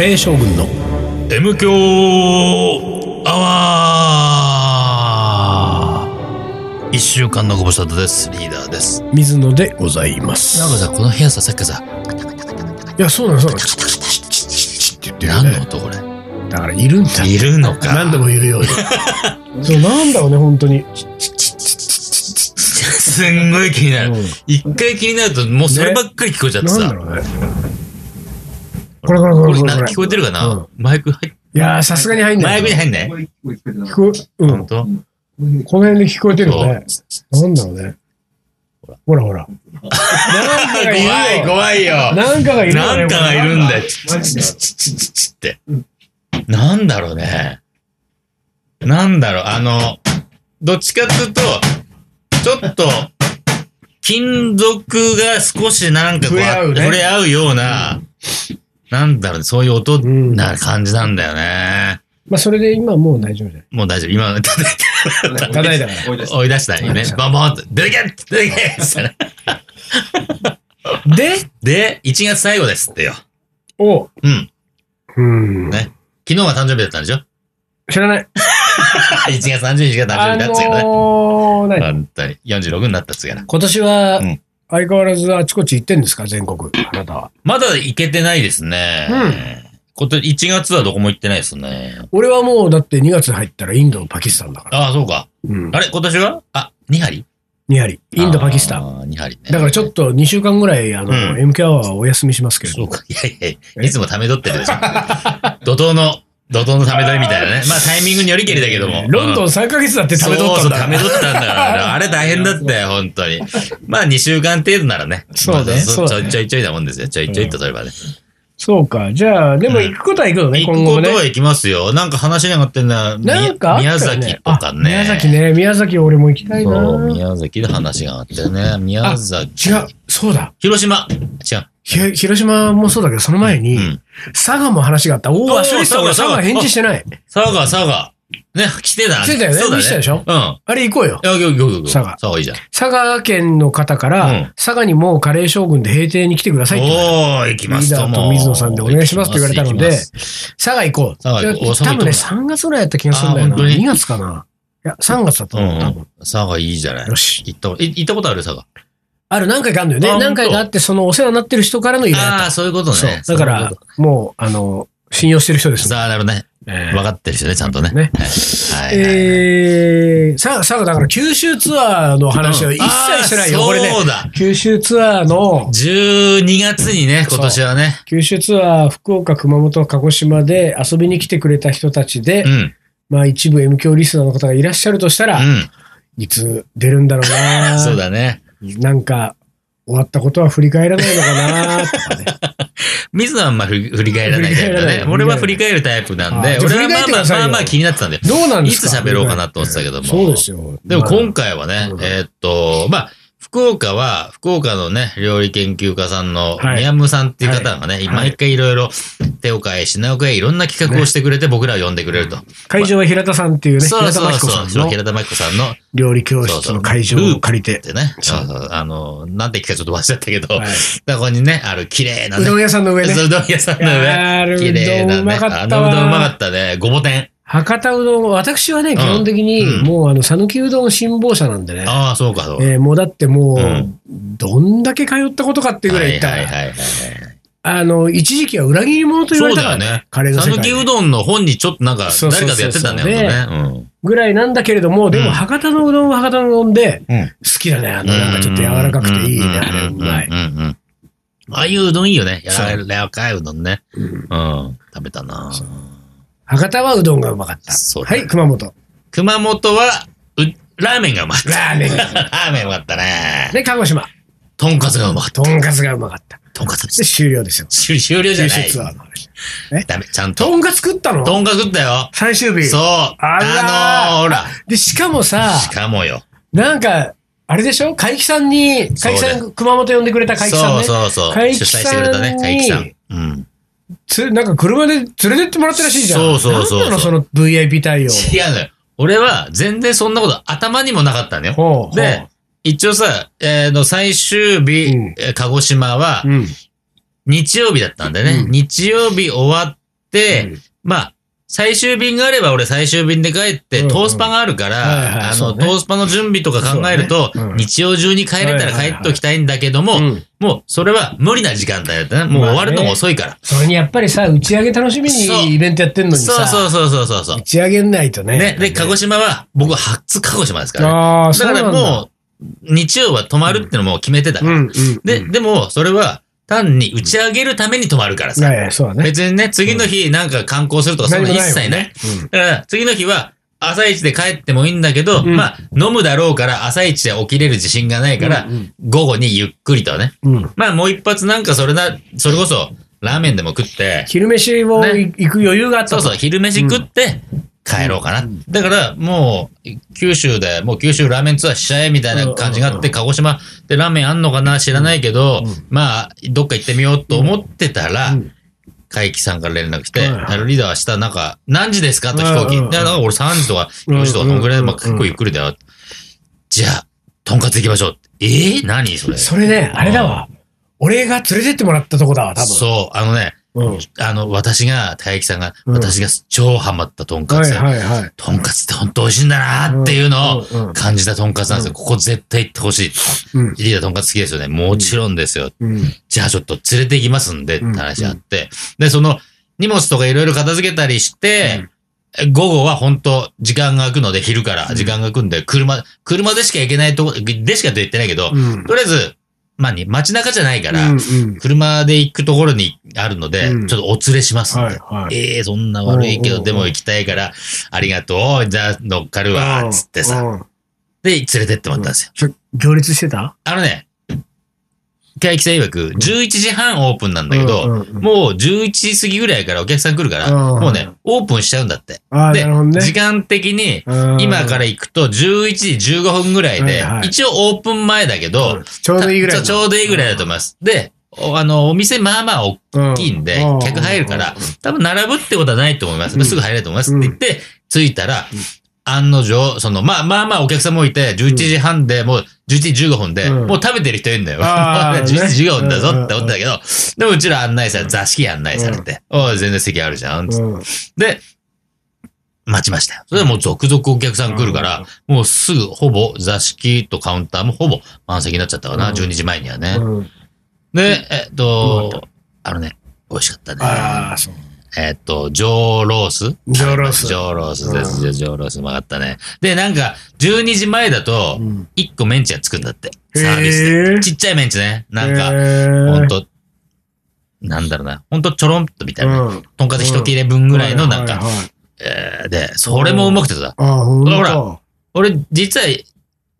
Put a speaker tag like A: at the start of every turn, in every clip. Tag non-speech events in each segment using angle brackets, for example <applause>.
A: ー将軍の
B: M 強アワー一週間のご無沙汰です。リーダーです。
A: 水野でございます。
B: なんかさ、この部屋さ、さっきさ、
A: いや、そうなの、そうなの。チッチッチッチッチッチッって言って
B: 何
A: るよ
B: の
A: ね。
B: 音これ
A: だから、いるんだ。
B: いるのか
A: 何度も言うように。 <laughs> そう、なんだろうね、本当に。
B: すんごい気にな
A: う
B: る
A: ん。
B: 一回気になると、もうそればっかり聞こえちゃって
A: なん
B: さ。
A: だろうね。これこれこ
B: こ
A: れ
B: れ
A: これ
B: な
A: これ。
B: 聞こえてるかな、
A: うん
B: マイク入っ
A: いやー、さすがに入ん
B: マ
A: な
B: イ
A: い。
B: クに
A: 聞
B: 入んない
A: こえ、う
B: 本
A: ん。
B: 当
A: この辺で聞こえてるよね。
B: そ
A: なんだろうね。ほらほら。なんかが
B: 怖
A: い
B: い、
A: るよ。
B: 怖いよ。
A: なんかがいるよね。
B: なんかがいるんだよ。
C: マジで
B: チチチチって。なんだろうね。なんだろう、あの、どっちかっていうと、ちょっと、金属が少しなんかこう、
A: 触れ合うね
B: 触れ合うような、なんだろうね、そういう音
A: うん
B: な感じなんだよね。
A: まあ、それで今もう大丈夫じゃない。
B: もう大丈夫。今、 <laughs>
A: 叩いたか
C: 追い出し
B: 追い出したよね。バンバンって、出てけ出てけっつってね
A: ら。で、
B: で、1月最後ですってよ。
A: お
B: うん。
A: うん。
B: ね昨日が誕生日だったんでしょ <laughs>
A: 知らない。
B: ?1 月30日が
A: あ
B: 誕生日だっつうけど
A: の
B: ね。
A: ー、何
B: <laughs> 本当に。46になったっつうから。
A: 今年は
B: うん、
A: 相変わらずあちこち行ってんですか全国。あなたは。
B: まだ行けてないですね。こと1月はどこも行ってないですね。
A: 俺はもう、だって2月入ったらインド、パキスタンだから。
B: ああ、そうか。
A: うん
B: あ。れ今年はあ、2針
A: ニハリ。インド、パキスタン。
B: ン。ああ、2針ね。
A: だからちょっと2週間ぐらい、あの、
B: うん
A: MK アワーはお休みしますけれ
B: そ
A: ど
B: う
A: も。
B: か。いやいやいつもため取ってるでしょ。怒涛の、怒涛のため取りみたいなね。まあタイミングによりけりだけども。
A: ロンドン
B: ン
A: 3ヶ月だって食べとったん
B: そうそう、ため
A: だ。
B: 取ったんだから。あれ大変だったよ、本当に。まあ2週間程度ならね。
A: そうね
B: まあちょ
A: そう
B: ちょいちょいちょいだもんですよ。ちょいちょいと取ればね。
A: そうか。じゃあ、でも
B: うん
A: 行くことは行くのね、
B: 行
A: 今後
B: く
A: も
B: こと
A: ね。
B: は行きますよ。なんか話に上がってんな。み
A: なんかあったよ
B: 宮
A: ね
B: 崎と
A: あ
B: かね。
A: 宮崎ね。宮崎俺も行きたいな。
B: そう、宮崎で話があってね。宮崎。
A: 違う。そうだ。
B: 広島。違う。
A: ひ広島もそうだけど、その前に、
B: うん。
A: 佐賀も話があった。おお、
B: おー
A: 忘れてた。俺
B: 佐賀
A: 佐賀返事してない。
B: 佐賀、佐賀。ね、来てた。
A: 来てたよね
B: そうだ
A: 見せたでしょ
B: うん。あ、
A: あれ行こうよ。
B: よくよくよく。
A: 佐賀
B: 佐賀いいじゃん。
A: 佐賀県の方から、
B: うん
A: 佐賀にもうカレー将軍で平定に来てくださいって言われた
B: おー、行きます
A: リーダーと水野さんでお願いしますって言われたので
B: 行きます
A: 佐賀行こう。
B: 佐賀行こう
A: で
B: お佐賀
A: 多
B: 行こう
A: 分ね、3月ぐらいやった気がするんだよな。
B: あー本当に
A: 2月かな。いや、3月だったと
B: う
A: 思う、多
B: ん
A: 分。。
B: 佐賀いいじゃない
A: よ。し。
B: 行った、い行ったことある佐賀。
A: ある何回かあるんだよ
B: あ
A: ね。何
B: 本当
A: 回かあって、そのお世話になってる人からの依頼だ
B: あ
A: っ
B: あー、そういうこと
A: た。そう
B: ね。。
A: だから、もう、あの、信用してる人です。
B: さあ、なるほどね。
A: え
B: 分かってる人ね、ちゃんとね。
A: ね
B: はい。はいはい
A: えー、さあ、さあ、だから九州ツアーの話は一切してないよ、
B: あー
A: これね。
B: そうだ。
A: 九州ツアーの、
B: 12月にね、今年はね。
A: 九州ツアー、福岡、熊本、鹿児島で遊びに来てくれた人たちで、
B: うん。
A: まあ一部 M 教リスナーの方がいらっしゃるとしたら、
B: う
A: いつ出るんだろうな
B: <laughs> ん。そうだね。
A: なんか、終わったことは振り返らないのかなと
B: <laughs>
A: かね。
B: 水野はあんまり振り返らないタイプ
A: 振り返ら
B: だね。
A: ない
B: 俺は振り返るタイプなんで
A: あ、じゃあ
B: 俺はまあ
A: 振り返ってく
B: まあ
A: ださい
B: ま
A: よ
B: あまあ気になってたんだよ。
A: どうなん
B: い
A: です
B: つ
A: か
B: 喋ろうかなと思ってたけども。
A: そうですよ。
B: でも今
A: ま
B: 回はね
A: う、ん
B: えーっと、まあ、福岡は、福岡のね、料理研究家さんの
A: はい
B: 宮武さんっていう方がね、
A: い
B: 毎回いろいろ手を変え、品を変え、いろんな企画をしてくれて僕らを呼んでくれると。
A: あ会場は平田さんっていうね、
B: そう
A: 平田
B: そう
A: 真紀子
B: そう。
A: さん
B: そう
A: の
B: 平田真紀子さんの、っ
A: 料理教室の会場を借りて、
B: てね、そうそうあの、なんて聞かちょっと忘れちゃったけど、
A: はい
B: だからここにね、ある綺麗な
A: う
B: ね
A: ど、ん屋さんの上ね、
B: そううどん屋さんの
A: いやーあれ
B: 上。綺麗
A: うどんう
B: な
A: ま
B: ね。
A: かったわ
B: あのうどんうまかったね。ごぼ天。
A: 博多うどん、私はね、基本的に
B: うん
A: もうあの、讃岐うどん辛抱者なんでね、
B: ああ、そうか、そうか。
A: えーもうだってもう、
B: うん
A: どんだけ通ったことかっていうぐらい行ったか
B: は
A: ら、
B: いはいはいはい。
A: あの、一時期は裏切り者と言われ
B: そう
A: たか
B: だ
A: ら
B: よね。
A: カレーの世
B: 讃
A: 界
B: 岐う
A: で
B: どんの本にちょっとなんか、
A: そうそうそうそう
B: 誰かでやってたんだよね。うん
A: ぐらいなんだけれども、で
B: う
A: も
B: ん
A: 博多のうどんは博多のうどんで、
B: うん
A: 好きだね。あの、なんかちょっと柔らかくていいね。あれ、うまい
B: うん。うんうんああいううどんいいよね。柔
A: そう
B: らかいうどんね。
A: うん
B: うん。食べたな
A: そ博多はうどんがうまかった。
B: そうだ
A: は
B: ね
A: い、熊本。
B: 熊本は、うラーメンがうまかった。
A: ラーメンがうま
B: ラーメンうまかったね。
A: で、鹿児島。
B: とんかつがうまかっ
A: とんかつがうまかった。
B: た。とんかつで
A: で、
B: す。
A: 終了ですよ。
B: 終終了じ
A: 九
B: ゃな
A: 州
B: い。
A: ツアーの話。
B: ダメ、ちゃんと。
A: とんかつ食ったの
B: とんかつ食ったよ。
A: 最終日。
B: そう。あ
A: らー
B: のー、ほら。
A: で、しかもさ、
B: しかもよ。
A: なんか、あれでしょ海木さんに、
B: そう
A: 海木
B: だよ
A: さん、熊本呼んでくれた海木さん
B: そう
A: ね。
B: そうそう。主
A: 海
B: 催
A: 木
B: し
A: さ
B: て
A: ん
B: く
A: に
B: れたね、海木さん。うん。
A: つなんか車で連れてってもらったらしいじゃん。
B: そうそうそうそう
A: なんなのその VIP 対応。
B: 違うのよ。俺は全然そんなこと頭にもなかったんだよ。
A: ほう
B: で、一応さ、えーの、最終日、
A: うん
B: えー鹿児島は
A: ほううん。
B: 日曜日だったんだよね。
A: うん
B: 日曜日終わっって、まあ、最終便があれば俺最終便で帰って、
A: うんうん
B: トースパがあるから、
A: はいはい
B: あ
A: そ
B: の、
A: うね
B: トースパの準備とか考えると、
A: そうねうん
B: 日曜中に帰れたら帰っておきたいんだけども、
A: うん
B: もうそれは無理な時間帯だったね。もう
A: まあね
B: 終わるのが遅いから。
A: それにやっぱりさ、打ち上げ楽しみ
B: そう
A: にイベントやってんのに
B: そう
A: さ、
B: そうそうそうそうそう
A: 打。ち上げないとね。
B: ね、で、鹿児島は、僕は初鹿児島ですからね。
A: ああ、
B: だ
A: そ
B: か
A: うなんだ。
B: らもう、日曜は泊まるってのも決めてたから。
A: うん、うん。
B: で、
A: うん
B: でも、それは、単に打ち上げるために泊まるから
A: い
B: さ。
A: やいや、そうだね。
B: 別にね、次の日なんか観光するとか、そんなの一切ない。
A: うん。
B: だから、次の日は、朝一で帰ってもいいんだけど、
A: うん
B: まあ、飲むだろうから、朝一で起きれる自信がないから、
A: うん
B: 午後にゆっくりとね。
A: うん。
B: まあ、もう一発なんかそれな、それこそ、ラーメンでも食って、
A: 昼飯を
B: ね
A: い行く余裕があった
B: そう
A: と。
B: そう、昼飯食って、帰ろうかな。
A: うん
B: だから、もう、九州で、もう九州ラーメンツアーしちゃえみたいな感じがあ
A: う
B: っ
A: んうんう
B: て、鹿児島でラーメンあんのかな知らないけど、
A: うん
B: まあ、どっか行ってみようと思ってたら、
A: うん
B: 海木さんから連絡来て、
A: はいはい
B: あのリーダーは明日なんか、何時ですかと飛行
A: うん
B: 機。
A: うんうん
B: でなんか俺3時とか4時と
A: うんう
B: かそ
A: んうん
B: のぐらい、まあ結構ゆっくりだよ。じゃあ、とんかつ行きましょうって。えー、何それ。
A: それね、あれだわ。俺が連れてってもらったとこだわ、多分。
B: そう、あのね、
A: うん。は
B: あの、私が、大木さんが、
A: うん
B: 私が超ハマったとんか
A: い
B: つ。
A: はいはい。
B: とんかつって本当美味しいんだなっていうのを
A: うんうん
B: 感じたとんかつなんですよ。
A: うん
B: ここ絶対行ってほしい。
A: うん。
B: リーダーとんかつ好きですよね。もちろんですよ。
A: うん。
B: じゃあちょっと連れて行きますんでって
A: うん
B: 話あって。で、その荷物とかいろいろ片付けたりして、午後は本当時間が空くので昼から
A: うん
B: 時間が空くんで、車、車でしか行けないとこ、でしかと言ってないけど、
A: うん。
B: とりあえず、まあに街中じゃないか
A: う
B: ら、
A: んうん
B: 車で行くところにあるので
A: うん、
B: ちょっとお連れしますん
A: はい
B: で。
A: はい。
B: ええそんな悪いけ
A: うんうんう
B: ど、
A: ん
B: でも行きたいから、ありがとう、じゃあ乗っかるわ、つってさ。
A: うん。
B: で、連れてってもらったんですよ。
A: それ行列してた
B: あのね、会議さん曰く、11時半オープンなんだけど、
A: うんうんうん
B: もう11時過ぎぐらいからお客さん来るから、
A: うん
B: もうね、オープンしちゃうんだって。
A: ああ、
B: で
A: なるほどね。
B: 時間的に、
A: うん
B: 今から行くと11時15分ぐらいで
A: はいは、い
B: 一応オープン前だけ
A: う
B: ど
A: ん、ちょうどいいぐらい
B: ちょ
A: の。
B: ちょうどいいぐらいだと思います。で、おあの、お店まあまあ大
A: 大
B: きいんで、客入るから、多分並ぶってことはないと思います。
A: うん
B: すぐ入れると思います。って言って、着いたら、案の定、その、まあまあまあお客さんもいて、11時半で、もう11時15分で、
A: うん
B: もう食べてる人いるんだよ。
A: あ
B: <laughs>
A: ー
B: 11時15分だぞ
A: ね
B: って思ったけど、でもうちら案内され、座敷案内されて、おい、全然席あるじゃん。
A: うん
B: で、待ちましたよ。それでもう続々お客さん来るから、もうすぐほぼ座敷とカウンターもほぼ満席になっちゃったかな、
A: うん
B: 12時前にはね。
A: うん
B: で、えっ
A: どうだ
B: と、あのね、美味しかったね。
A: ああ、そう。
B: えっと、上ロース
A: 上ロース
B: 上ロースです。
A: う
B: 上ロースうまかったね。で、なんか、12時前だと、1個メンチがつくんだって。サービス
A: へ
B: で。
A: ー
B: ちっちゃいメンチね。なんか、ほ
A: 本
B: んと、なんだろうな。ほんとちょろんとみたいな。
A: うん
B: とんかつ一切れ分ぐらいのなん
A: はい
B: か、
A: はいはい
B: えーで、それもうまくてさ。
A: ああ、ほん
B: ほ
A: と
B: ら。俺、実は、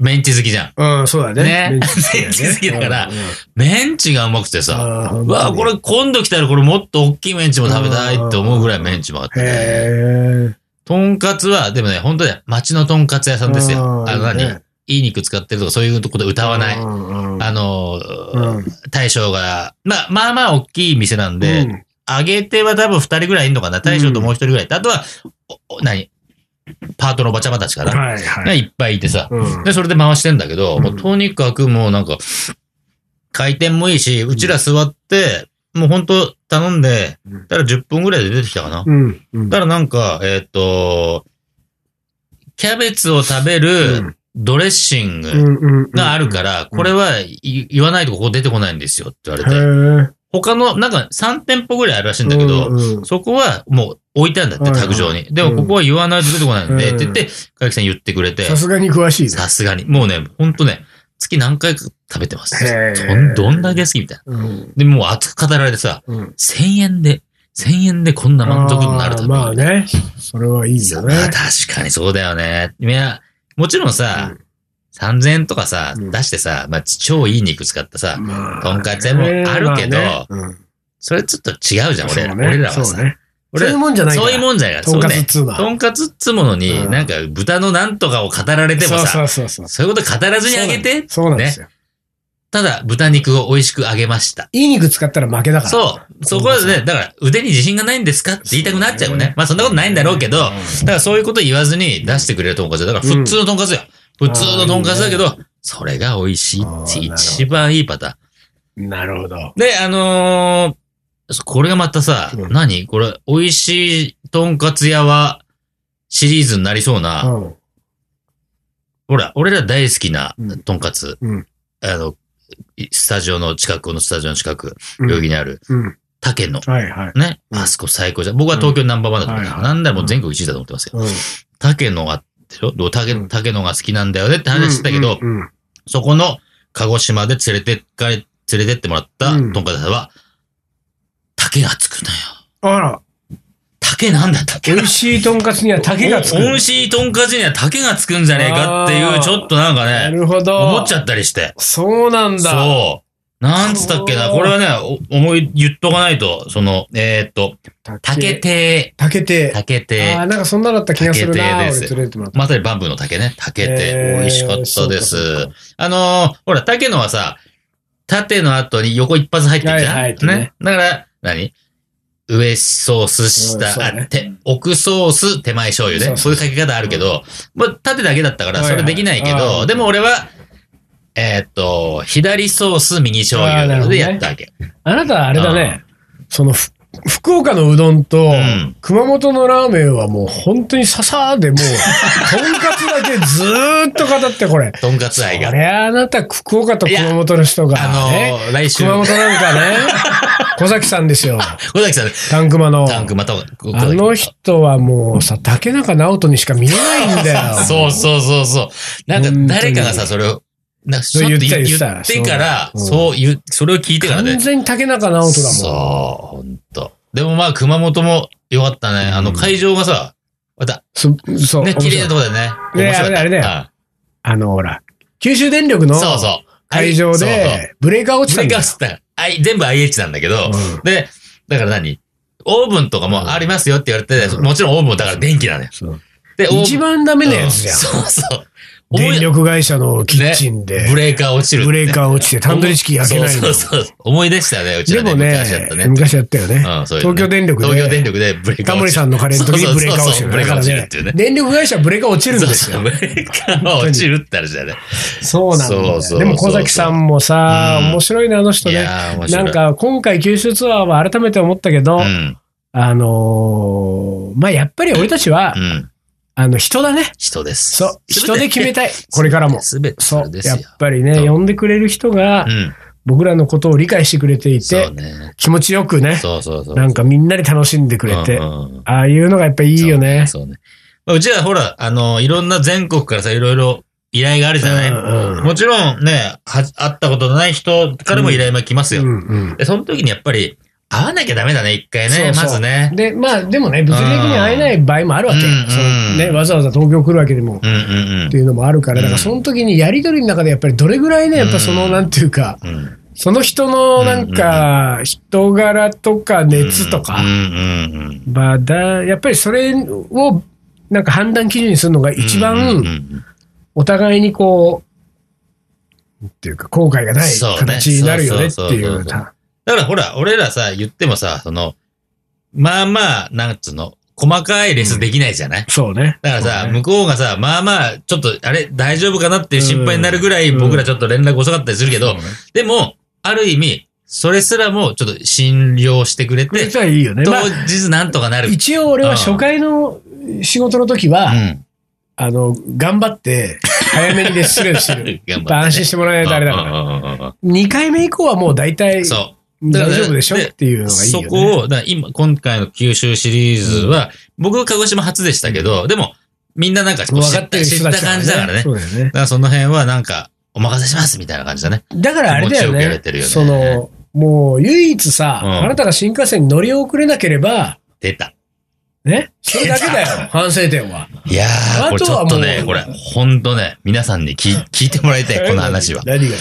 B: メンチ好きじゃん。
A: うん、そうだね。
B: ね
A: メンチ
B: メンチ好きだから
A: うんうん
B: メンチがうまくてさ。
A: ああほんとに
B: わあ、これ今度来たらこれもっと大きいメンチも食べたいって思うぐらいメンチもあってね。
A: へえ。
B: とんかつは、でもね、本当ね、町のとんかつ屋さんですよ。あの、何、
A: ね
B: いい肉使ってるとか、そういうこと歌わない。
A: うんうん
B: あの、
A: うん
B: 大将が、まあ、まあまあ大きい店な
A: う
B: んで、
A: ん
B: 揚げ手は多分二人ぐらいいんのかな。大将ともう一人ぐらい。あとは、おお何パートのおばちゃまたちかな。
A: はいはい。
B: がいっぱいいてさ。
A: うん
B: で、それで回してんだけど、
A: うん
B: もうとにかくもうなんか、回転もいいし、うちら座って、もう本当頼んで
A: うん、
B: だから10分ぐらいで出てきたかな。
A: うんうん。
B: だからなんか、えーっ、と、キャベツを食べるドレッシン
A: うん
B: グ
A: うんうん
B: があるから、
A: うん
B: これはい言わないとここ出てこないんですよって言われて、
A: へえ。
B: 他のなんか3店舗ぐらいあるらしいんだけど、
A: うんうん
B: そこはもう置いてあるんだって、
A: はいはい
B: 卓上に。でもここは言わないと出てこないんで、
A: うん
B: って言って、かゆきさん言ってくれて、
A: さすがに詳しいね。
B: さすがに。もうね、ほんとね、月何回か食べてます。
A: へー
B: どんどんだけ好きみたいな。
A: うん
B: で、もう熱く語られてさ、
A: うん
B: 1000円で、1000円でこんな満足になる
A: あ
B: た
A: あ
B: め
A: まあね。それはいいよね
B: まあ。確かにそうだよね。いや、もちろんさ、
A: う
B: 3000円とかさ、
A: うん
B: 出してさ、まあ、超いい肉使ったさ、
A: まあ
B: とんかつ屋もあるけど
A: まあねうん
B: それちょっと違うじゃん、俺ら。
A: そうね
B: 俺らは
A: そう
B: さ。
A: ね。
B: 俺
A: そう
B: ら
A: いうもんじゃないか
B: そう
A: ら。
B: いうもんじゃない
A: と
B: そ
A: ん
B: う
A: かつっ
B: ね。
A: つうのは。
B: とんかつっつものに、
A: うん
B: なんか豚のなんとかを語られても
A: そ
B: さ、
A: うそうそうそう。
B: そういうこと語らずにあげて、
A: そうなんですよ。
B: ただ豚肉を美味しくあげました。
A: いい肉使ったら負けだから。
B: そう。そこはね、だから腕に自信がないんですかって言いたくなっちゃうよね。まあそんなことないんだろうけど、だからそういうこと言わずに出してくれるとんかつだから普通のとんかつよ。普通のとんかつだけど、それが美味しい
A: あー
B: っ
A: な
B: て
A: るほど
B: 一番いいパターン。
A: なるほど。
B: で、あのーそこれがまたさ、
A: うん
B: 何これ、美味しいとんかつ屋はシリーズになりそうな、
A: うん。
B: ほら、俺ら大好きな
A: うん
B: とんかつ、
A: うん
B: あの、いスタジオの近く、このスタジオの近く、
A: うん
B: 代々木にある、
A: うん。
B: 他県の、
A: はいはい。
B: ね、
A: うん
B: あそこ最高じゃん。僕は東京ナンバーワンだと思う、
A: うんはいはい
B: なんだもう全国一位だと思ってますよ。
A: うん。
B: 竹野が、でしょどう竹
A: うん
B: 竹野が好きなんだよねって話してたけど、
A: うんうんうん
B: そこの鹿児島で連れてっかれ、連れてってもらった
A: うん
B: とんかつ屋は、竹がつくなよ。
A: あら、
B: 竹なんだ、竹
A: 美味しいとんかつには竹がつく。
B: お美味しいとんかつには竹がつくんじゃねえかってい
A: あー
B: う、ちょっとなんか
A: な
B: ね、
A: るほど。
B: 思っちゃったりして。
A: そうなんだ。
B: そう。なんつったっけな。
A: そう
B: これはね、お思い、言っとかないと、その、えーっと、竹。亭、
A: 竹亭。あ
B: 竹亭
A: あー、なんかそんなだった気がするな。
B: 竹
A: 俺
B: 亭です
A: 連れてもらった。
B: まさにバンブーの竹ね。竹って、
A: えー
B: 美味しかったです
A: そうかそ。
B: あのーほら、竹のはさ、縦の後に横一発入ってるじゃん、
A: はい入ってね
B: だから、何上ソース、下、
A: うんそうね
B: あて、奥ソース、手前醤油ね。そ
A: そうう
B: いう書き方あるけど、まあ、縦だけだったから、
A: はい
B: そ
A: はい
B: れできないけど、
A: あー
B: でも俺は、えーっと、左ソース、右醤
A: あーなる
B: 油
A: ほど
B: で
A: ね
B: やったわけ。
A: あなたはあれだね。その、ふ福岡のうどんと、
B: ん
A: 熊本のラーメンはもう本当にささーでもう、
B: <laughs>
A: とんかつだけずーっと語ってこれ。
B: とんかつ愛
A: あ
B: が。
A: れあなた福岡と熊本の人が、ね、
B: あのー来週、
A: 熊本
B: 小
A: なんか
B: <laughs>
A: ね、小崎さんですよ。
B: 崎さん、
A: タンクマの。
B: タンクまた、
A: あの人はもうさ、竹中直人にしか見えないんだよ。
B: <laughs> そうそうそうそう。なんか誰かがさ、それを、なんかちょっと言
A: 言
B: っ
A: っててた
B: 言ってから、
A: そう
B: そう言う、それを聞いてから
A: 完
B: ね。
A: 全に竹中直人だもん。
B: そう、ほんと。でもまあ、熊本も良かったね。あの、
A: うん
B: 会場がさ、また、
A: そそう。
B: ね、綺麗なとこだよね。
A: ね
B: 面白かった
A: あれだよあの、ほら、九州電力
B: う
A: の
B: んそうそう。
A: 会場で、ブレーカー落ち
B: そ
A: た
B: れ
A: んだ
B: が
A: よ。
B: った。あい全部 IH なんだけど、
A: うん
B: で、だから何オーブンとかもありますよって言われて、
A: うん
B: もちろんオーブンだから電気なのよ。
A: そう
B: で、オーブン
A: 一番ダメなやつじゃん。
B: そうそう。
A: 電力会社のキッチンで、
B: ブレーカー落ちるって。
A: ブレーカー落ちてタンドリーチキン焼けないの
B: そうそうそう。思い出したね、うち
A: で
B: らね。
A: も
B: 昔やっ
A: ね
B: たね。、
A: 昔やったよね。
B: うんそういう
A: 東
B: のね
A: 京電力で、
B: 東京電力でブレーカー
A: タモリさんのカレーの時にブレーカー落ちる。
B: そうそうそうそうブレーカー落ちる
A: だ
B: っ
A: か
B: てい
A: ら
B: うね
A: ね。電力会社はブレーカー落ちるん
B: そう
A: です
B: そう、
A: よ。
B: ブレーカー落ちるってあるじゃね。
A: そうなんだよ
B: そうそうそう
A: でも小崎さんもさ、
B: うん
A: 面白いね、あの人
B: い
A: ね。
B: やー、面白。
A: ないん、か今回九州ツアーは改めて思ったけど、
B: うん。
A: あのーまあ、やっぱり俺たちは、
B: うん。
A: あの、人だね。
B: 人です。
A: そう。人で決め
B: い。
A: たい。これからも。
B: すべて
A: そ
B: <laughs> そうれ。です
A: や
B: よ
A: っ。ぱり
B: そ
A: ね、
B: う
A: 呼んでくれる人が
B: う、ん。
A: 僕らのことを理解してくれてい
B: そう
A: て、
B: ね。
A: 気持ちよくね、
B: そうそうそう。
A: なんかみんなで楽しんでくれて
B: う、んうん
A: ああいうのがやっぱいいよね。
B: そうね。そうねまあうちはほら、あの、いろんな全国からさ、いろいろ依頼があるじゃない。
A: うんうん
B: もちろんね、は会ったことのない人からも依頼も来ますよ。
A: うんうん
B: で、その時にやっぱり、会わなきゃダメだね、一回ね、
A: そうそう
B: まずね。
A: で、まあ、でもね、物理的に会えない場合もあるわけ。
B: うんうん
A: そのね、わざわざ東京来るわけでも、
B: うんうん
A: っていうのもあるから、だか
B: うん
A: らその時にやりとりの中でやっぱりどれぐらいね、やっぱその、
B: うん
A: なんていうか、
B: うん。うん
A: その人のなんか、人柄とか熱と
B: うん
A: か、
B: うんうん。
A: まあだ、やっぱりそれを、なんか判断基準にするのが一
B: うんうんう
A: 番、
B: ん
A: お互いにこう、っていうか、後悔がない
B: そうね
A: 形になるよねって
B: そうそう
A: い
B: そう
A: う。
B: そうだからほら、俺らさ、言ってもさ、その、まあまあ、なんつうの、細かいレスできないじゃない、
A: そうね。
B: だからさ、
A: そうね
B: 向こうがさ、まあまあ、ちょっと、あれ、大丈夫かなっていう心配になるぐらい、
A: うん
B: 僕らちょっと連絡遅かったりするけど、でも、ある意味、それすらも、ちょっと診療してくれ
A: これ
B: て、
A: じゃいいよね。
B: 当
A: まあ
B: 日なんとかなる。
A: 一応俺は初回の仕事の時は、
B: うん。
A: あの、頑張って、早めにで失礼してる。
B: <laughs> 頑張ってね
A: やっぱ安心してもらえないとあれだから。
B: ら。
A: 2回目以降はもう大体、
B: そう。だから
A: 大
B: ね
A: 丈夫でしょっていうのがいいよ
B: そ
A: ね。
B: こを、だから今、今回の九州シリーズは、僕、鹿児島初でしたけど、でも、みんななんかこう
A: 分
B: 知
A: かっ
B: っ
A: て
B: た
A: る
B: 知っ
A: 人
B: た
A: たち
B: 感じだからね。だ
A: そ
B: か
A: うだよね。
B: らその辺はなんか、お任せしますみたいな感じだね。
A: だからあれだよ
B: 気持ちよくやれ
A: ね
B: てるよね
A: その、もう唯一さ、
B: うん
A: あなたが新幹線に乗り遅れなければ、
B: 出た。
A: ね、それだけだ
B: 出た
A: よ、反省点は。
B: いやー、これ
A: あ
B: ち
A: と
B: ょ
A: は
B: っ
A: も
B: と
A: う。
B: ね、これ、ほんとね、皆さんに聞い聞いてもらいたい、この話は
A: 何が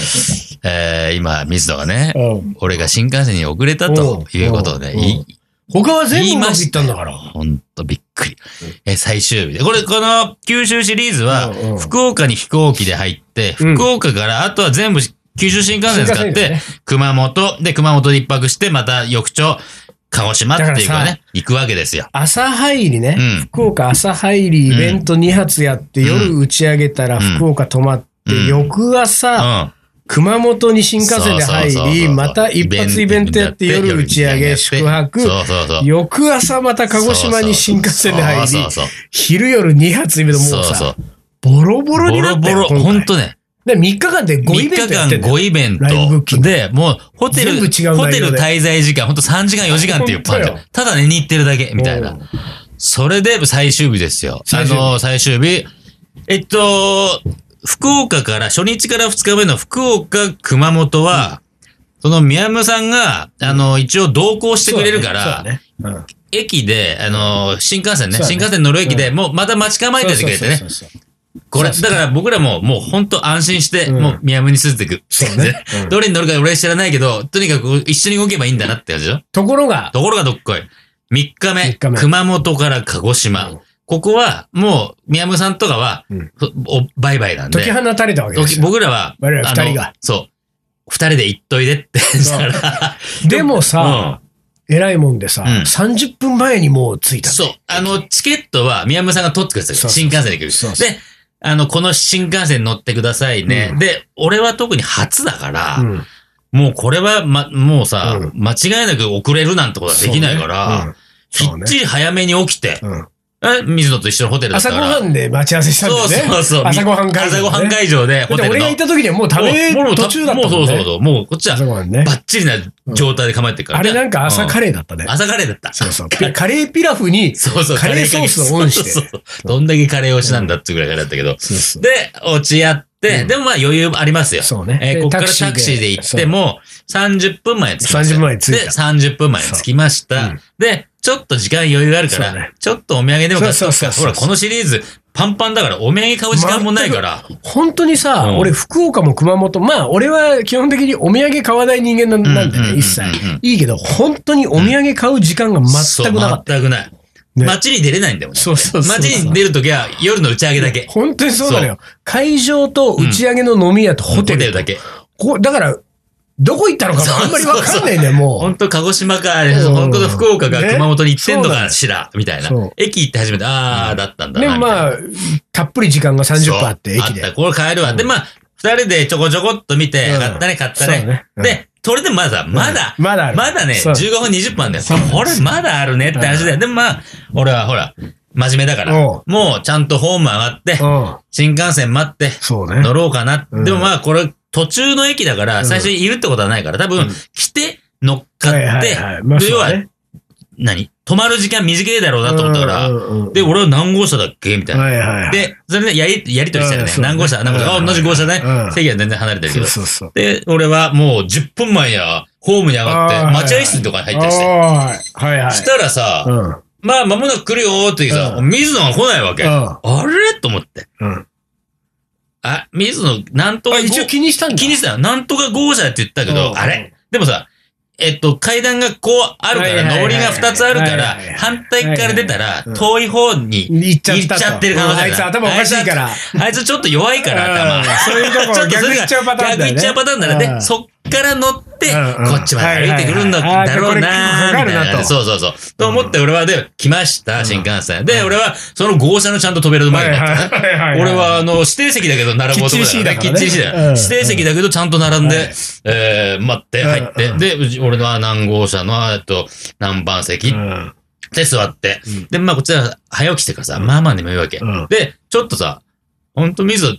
B: えー、今、水野がね、
A: うん
B: 俺が新幹線に遅れたということをね、
A: うん
B: い
A: 他は全部うまくいったんだから。
B: ほんとびっくり。えー、最終日で。これ、この九州シリーズは
A: うんうん、
B: 福岡に飛行機で入って、
A: うん
B: 福岡から、あとは全部九州新幹線使っ
A: 新幹線
B: て
A: で、
B: 熊本、で、熊本で一泊して、また翌朝、鹿児島っていうか
A: だから
B: ね、行くわけですよ。
A: 朝入りね、
B: うん
A: 福岡朝入りイベント2発やって、
B: うん
A: 夜打ち上げたら
B: うん
A: 福岡泊まって、
B: うん
A: 翌朝、
B: うん。
A: 熊本に新幹線で入
B: そうそうそう
A: り、
B: そう
A: また一発イベントやって夜打ち上げ、宿泊、
B: そうそうそう。
A: 翌朝また鹿児島に新幹線で入り、
B: そうそうそう
A: 昼夜2発イベントもう
B: そうそう
A: さ、ボロボロに
B: ボ
A: な
B: ロ
A: った
B: ボ
A: よ
B: ロ、
A: 今
B: ほ
A: 回
B: んとね。
A: で、3日間で5
B: 3
A: イ
B: 日
A: ベントやって
B: 間
A: んだよ
B: 5イベン
A: ライブブッキン
B: ト。
A: グ
B: で、もうホテル、
A: 全部違う
B: ホテ
A: 内容
B: ル
A: で
B: 滞在時間、ほんと3時間4時間っていうパンじゃん
A: ほんと
B: ただ寝に行ってるだけ、みたいな
A: うん。
B: それで最終日ですよ。あ
A: 最終日
B: の、最終日。えっと、福岡から、初日から2日目の福岡、熊本は、その宮村さんが、あの、一応同行してくれるから、
A: そうだね
B: 駅で、あの、新幹線ね、
A: そうだね
B: 新幹線乗る駅で、もうまた待ち構え
A: そう
B: て
A: だね
B: てくれて
A: そうそ
B: ね
A: う。そうそう
B: これ、
A: そう
B: だから僕らも、もう本当安心して、
A: うん
B: もう宮村に続いてく。 <laughs>
A: そうねうん
B: どれに乗るか俺は知らないけど、とにかく一緒に動けばいいんだなって感じでしょ
A: ところが、
B: ところがどっこい。3日目、
A: 三日目
B: 熊本から鹿児島。
A: うん
B: ここは、もう、宮村さんとかは、
A: うん
B: おバイバイなんで。
A: 解き放たれたわけです
B: 時
A: よ。
B: 僕らは、
A: 我々
B: あ
A: 二
B: の
A: 人が。
B: そう。二人で行っといでってしたら、
A: でもさ、偉いもんでさ、
B: うん
A: 30分前にもう着いた。
B: そう。あの、チケットは宮村さんが取ってください。
A: そうそう
B: 新幹線で来る。
A: そうそう
B: で、あの、この新幹線に乗ってくださいね。
A: うん
B: で、俺は特に初だから、
A: うん
B: もうこれは、ま、もうさ、
A: う
B: 間違いなく遅れるなんてことはできないから、
A: そうねうん
B: きっちり早めに起きて、
A: そうね
B: え水野と一緒のホテル
A: うん
B: だった
A: 朝
B: か
A: ご
B: ら。
A: はんで待ち合わせしたんだ
B: そう
A: よね。
B: そうそう。
A: 朝ごはん会場、
B: 朝ごはん会場で、ホ
A: だって
B: テルの。
A: 俺が行った時にはもう食べ
B: もうもう
A: 途中だったもんね。
B: もうそうそうそう。もうこっちは
A: 朝、ごはんね
B: バ。ッチリな状態で構えてるから
A: あ
B: ね、
A: れなんか朝カ
B: レ
A: レーだったね。
B: 朝カレーだった。
A: そうそう。ピカレーピラフに、
B: そうそう、
A: カレーソースをオンして
B: そうそうそうどんだけカレー推しなんだっていうぐらいだったけど。
A: そうそう
B: で、落ち合って、
A: うん
B: でもまあ余裕ありますよ。
A: そうね
B: えー
A: で
B: こっから
A: タクシーで
B: タクシーで行っても、30分前に着きました。
A: 30分前に着いた
B: で、30分前に着きまし
A: そうう
B: た。
A: ん
B: で、ちょっと時間余裕があるか
A: そ
B: ら、
A: うね
B: ちょっとお土産でも買っと
A: そう
B: く
A: そ
B: か。
A: うそうそう
B: ほら、このシリーズ、パンパンだから、お土産買う時間もないから。
A: 本当にさ、
B: うん
A: 俺、福岡も熊本、まあ、俺は基本的にお土産買わない人間なんなんで
B: うんうんうんうん
A: ね、一切。いいけど、本当にお土産買う時間が全くなか
B: そう
A: っ
B: 全くない。
A: ね
B: 街に出れないんだよね
A: た。。そうそうそう。
B: 街に出るときは、夜の打ち上げだけ。
A: 本当にそうなのよ。会場と打ち上げの飲み屋とホテル。
B: だけ。
A: こだから、どこ行ったのか
B: そう
A: あんまりわかんないね、も
B: 本当鹿児島か、
A: うん
B: 本当福岡か
A: ね
B: 熊本に行ってんの
A: そうなん
B: か
A: で
B: しら、みたいな
A: そう。
B: 駅行って初めて、あー、だったん
A: う。
B: だ
A: で
B: な。
A: も
B: みたいな
A: まあ、たっぷり時間が30分あって、
B: そう
A: 駅
B: あった、
A: で。
B: これ帰るわ。で、まあ、二人でちょこちょこっと見て、
A: うん
B: 買ったね、買っ
A: そ
B: た
A: う
B: ね
A: ね。うん
B: で、それでまだ、まだ、
A: まだある
B: まだね、
A: そう
B: 15分20分あるんだよ
A: そう。
B: これまだあるねって話だよ。でもまあ、俺はほら、真面目だから、
A: うん
B: もうちゃんとホーム上がって、
A: うん。
B: 新幹線待って、
A: そうね
B: 乗。ろうかな。
A: うん
B: でもまあこれ途中の駅だから
A: ん
B: 最初にいるってことはないから多分来て乗っかっ
A: は
B: て
A: いはいはい。まあ、、
B: で要
A: そう
B: は
A: ね。
B: 何止まる時間短いだろうなと思ったから、
A: うんうんうん
B: で、俺は何号車だっけみたいな。
A: はいはいはい。
B: で、それでやり、やりとりしたよ
A: うん
B: ね。
A: そうね
B: 何号車何号車
A: う
B: あ、
A: ん
B: 同じ号車ね
A: う。ん
B: 席は全然離れてる
A: そ
B: けど
A: う。そうそう。
B: で、俺はもう10分前にはホームに上が
A: あ
B: って、
A: ーはい
B: 待合室とかに入ったりして。
A: あーはいはい。
B: したらさ、
A: うん。
B: まあ間もなく来るよーって言うさ、
A: う
B: 水野が来ないわけ。
A: うん
B: あれと思って。
A: うん。
B: あ、水野、なんとか
A: あ、
B: 号
A: 一応気にしたんだ。
B: 気にしてたのなんとか号車って言ったけ
A: う
B: ど、
A: ん
B: あれでもさ、えっと、階段がこうあるか
A: はいはいはいは
B: ら、
A: い
B: 上りが2つあるから
A: はいはいはい、
B: 反対から出たら
A: いは、い
B: 遠い方に、
A: 行っちゃった
B: 行っ
A: と。
B: ちゃってる可能性
A: うん
B: あ
A: あ
B: る
A: いつ頭おかしいから。
B: あいつちょっと弱いか
A: う
B: ら、
A: ん
B: 頭。
A: そういう
B: <laughs>
A: ところ
B: それ
A: 逆
B: が
A: 行っちゃうパターンだよね
B: 逆行っちゃうパターンなら
A: う
B: ね、
A: ん
B: そっから乗って、
A: うんうん
B: こっちまで歩いてくるんだ
A: はいはいはい
B: だろ
A: あ
B: うな
A: ーでこれ
B: み
A: かかる
B: たいな。
A: なと
B: そうそうそう。と思って、俺はで、来ました、新幹線。で、俺は、その号車のちゃんと扉の前に立ってた
A: いは
B: 俺、は、あの、指定席だけど並ぼうと思ったからね
A: き
B: き
A: っ
B: っ
A: ち
B: ち
A: り
B: り
A: C
B: し
A: だ
B: だ
A: からね
B: よ。指定席だけどちゃんと並ん
A: うん
B: で、えー待って、入っ
A: う
B: て。
A: ん
B: で、うち俺は何号車の、えっと、何番席
A: うん。
B: で座って
A: うん。
B: で、まあ、こっちは早起きしてからさ、まあまあ眠いわけ
A: うん。
B: で、ちょっとさ、ほんと水、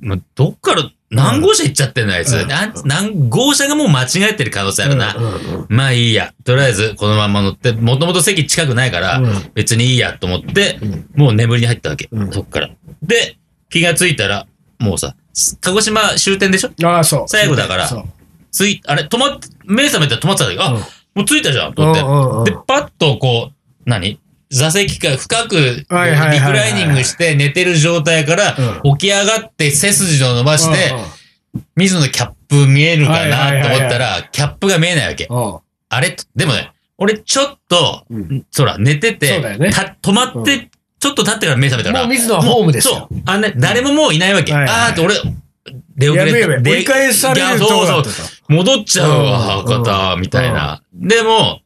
B: もうどっから、何号車行っちゃってんのあいつ。
A: うん
B: なん何号車がもう間違えてる可能性あるな。
A: うんうん
B: まあいいや。とりあえず、このまんま乗って、もともと席近くないから、
A: うん
B: 別にいいやと思って、
A: うん
B: もう眠りに入ったわけ。
A: うん
B: そっから。で、気がついたら、もうさ、鹿児島終点でしょ
A: ああ、そう。
B: 最後だから
A: そう
B: つい、あれ、止まっ、目覚めたら止まってたんだけど、あ、
A: うん
B: もう着いたじゃん、と
A: う
B: 思
A: んう
B: って。
A: んうん
B: で、パッとこう、何座席から深く、リク
A: はいはいはいはい
B: ライニングして寝てる状態から、起き上がって背筋を伸ばして、水野のキャップ見えるかなと思ったら、キャップが見えないわけ。
A: うんうんうん
B: あれでもね、俺ちょっと、
A: うん
B: そら、寝てて、
A: そうだよね
B: た止まって、ちょっと経ってから目覚めたら。
A: もう水野はホームですよ
B: そう。あのね、誰ももういないわけ。
A: はいはいはい
B: あーって俺、出
A: や
B: 遅
A: べ
B: れ
A: えやべえ。
B: 出
A: 折り返されると
B: いや
A: こだ
B: そう
A: った
B: そう。
A: と
B: 戻っちゃうわ、
A: うん
B: 博多、みたいな。でも、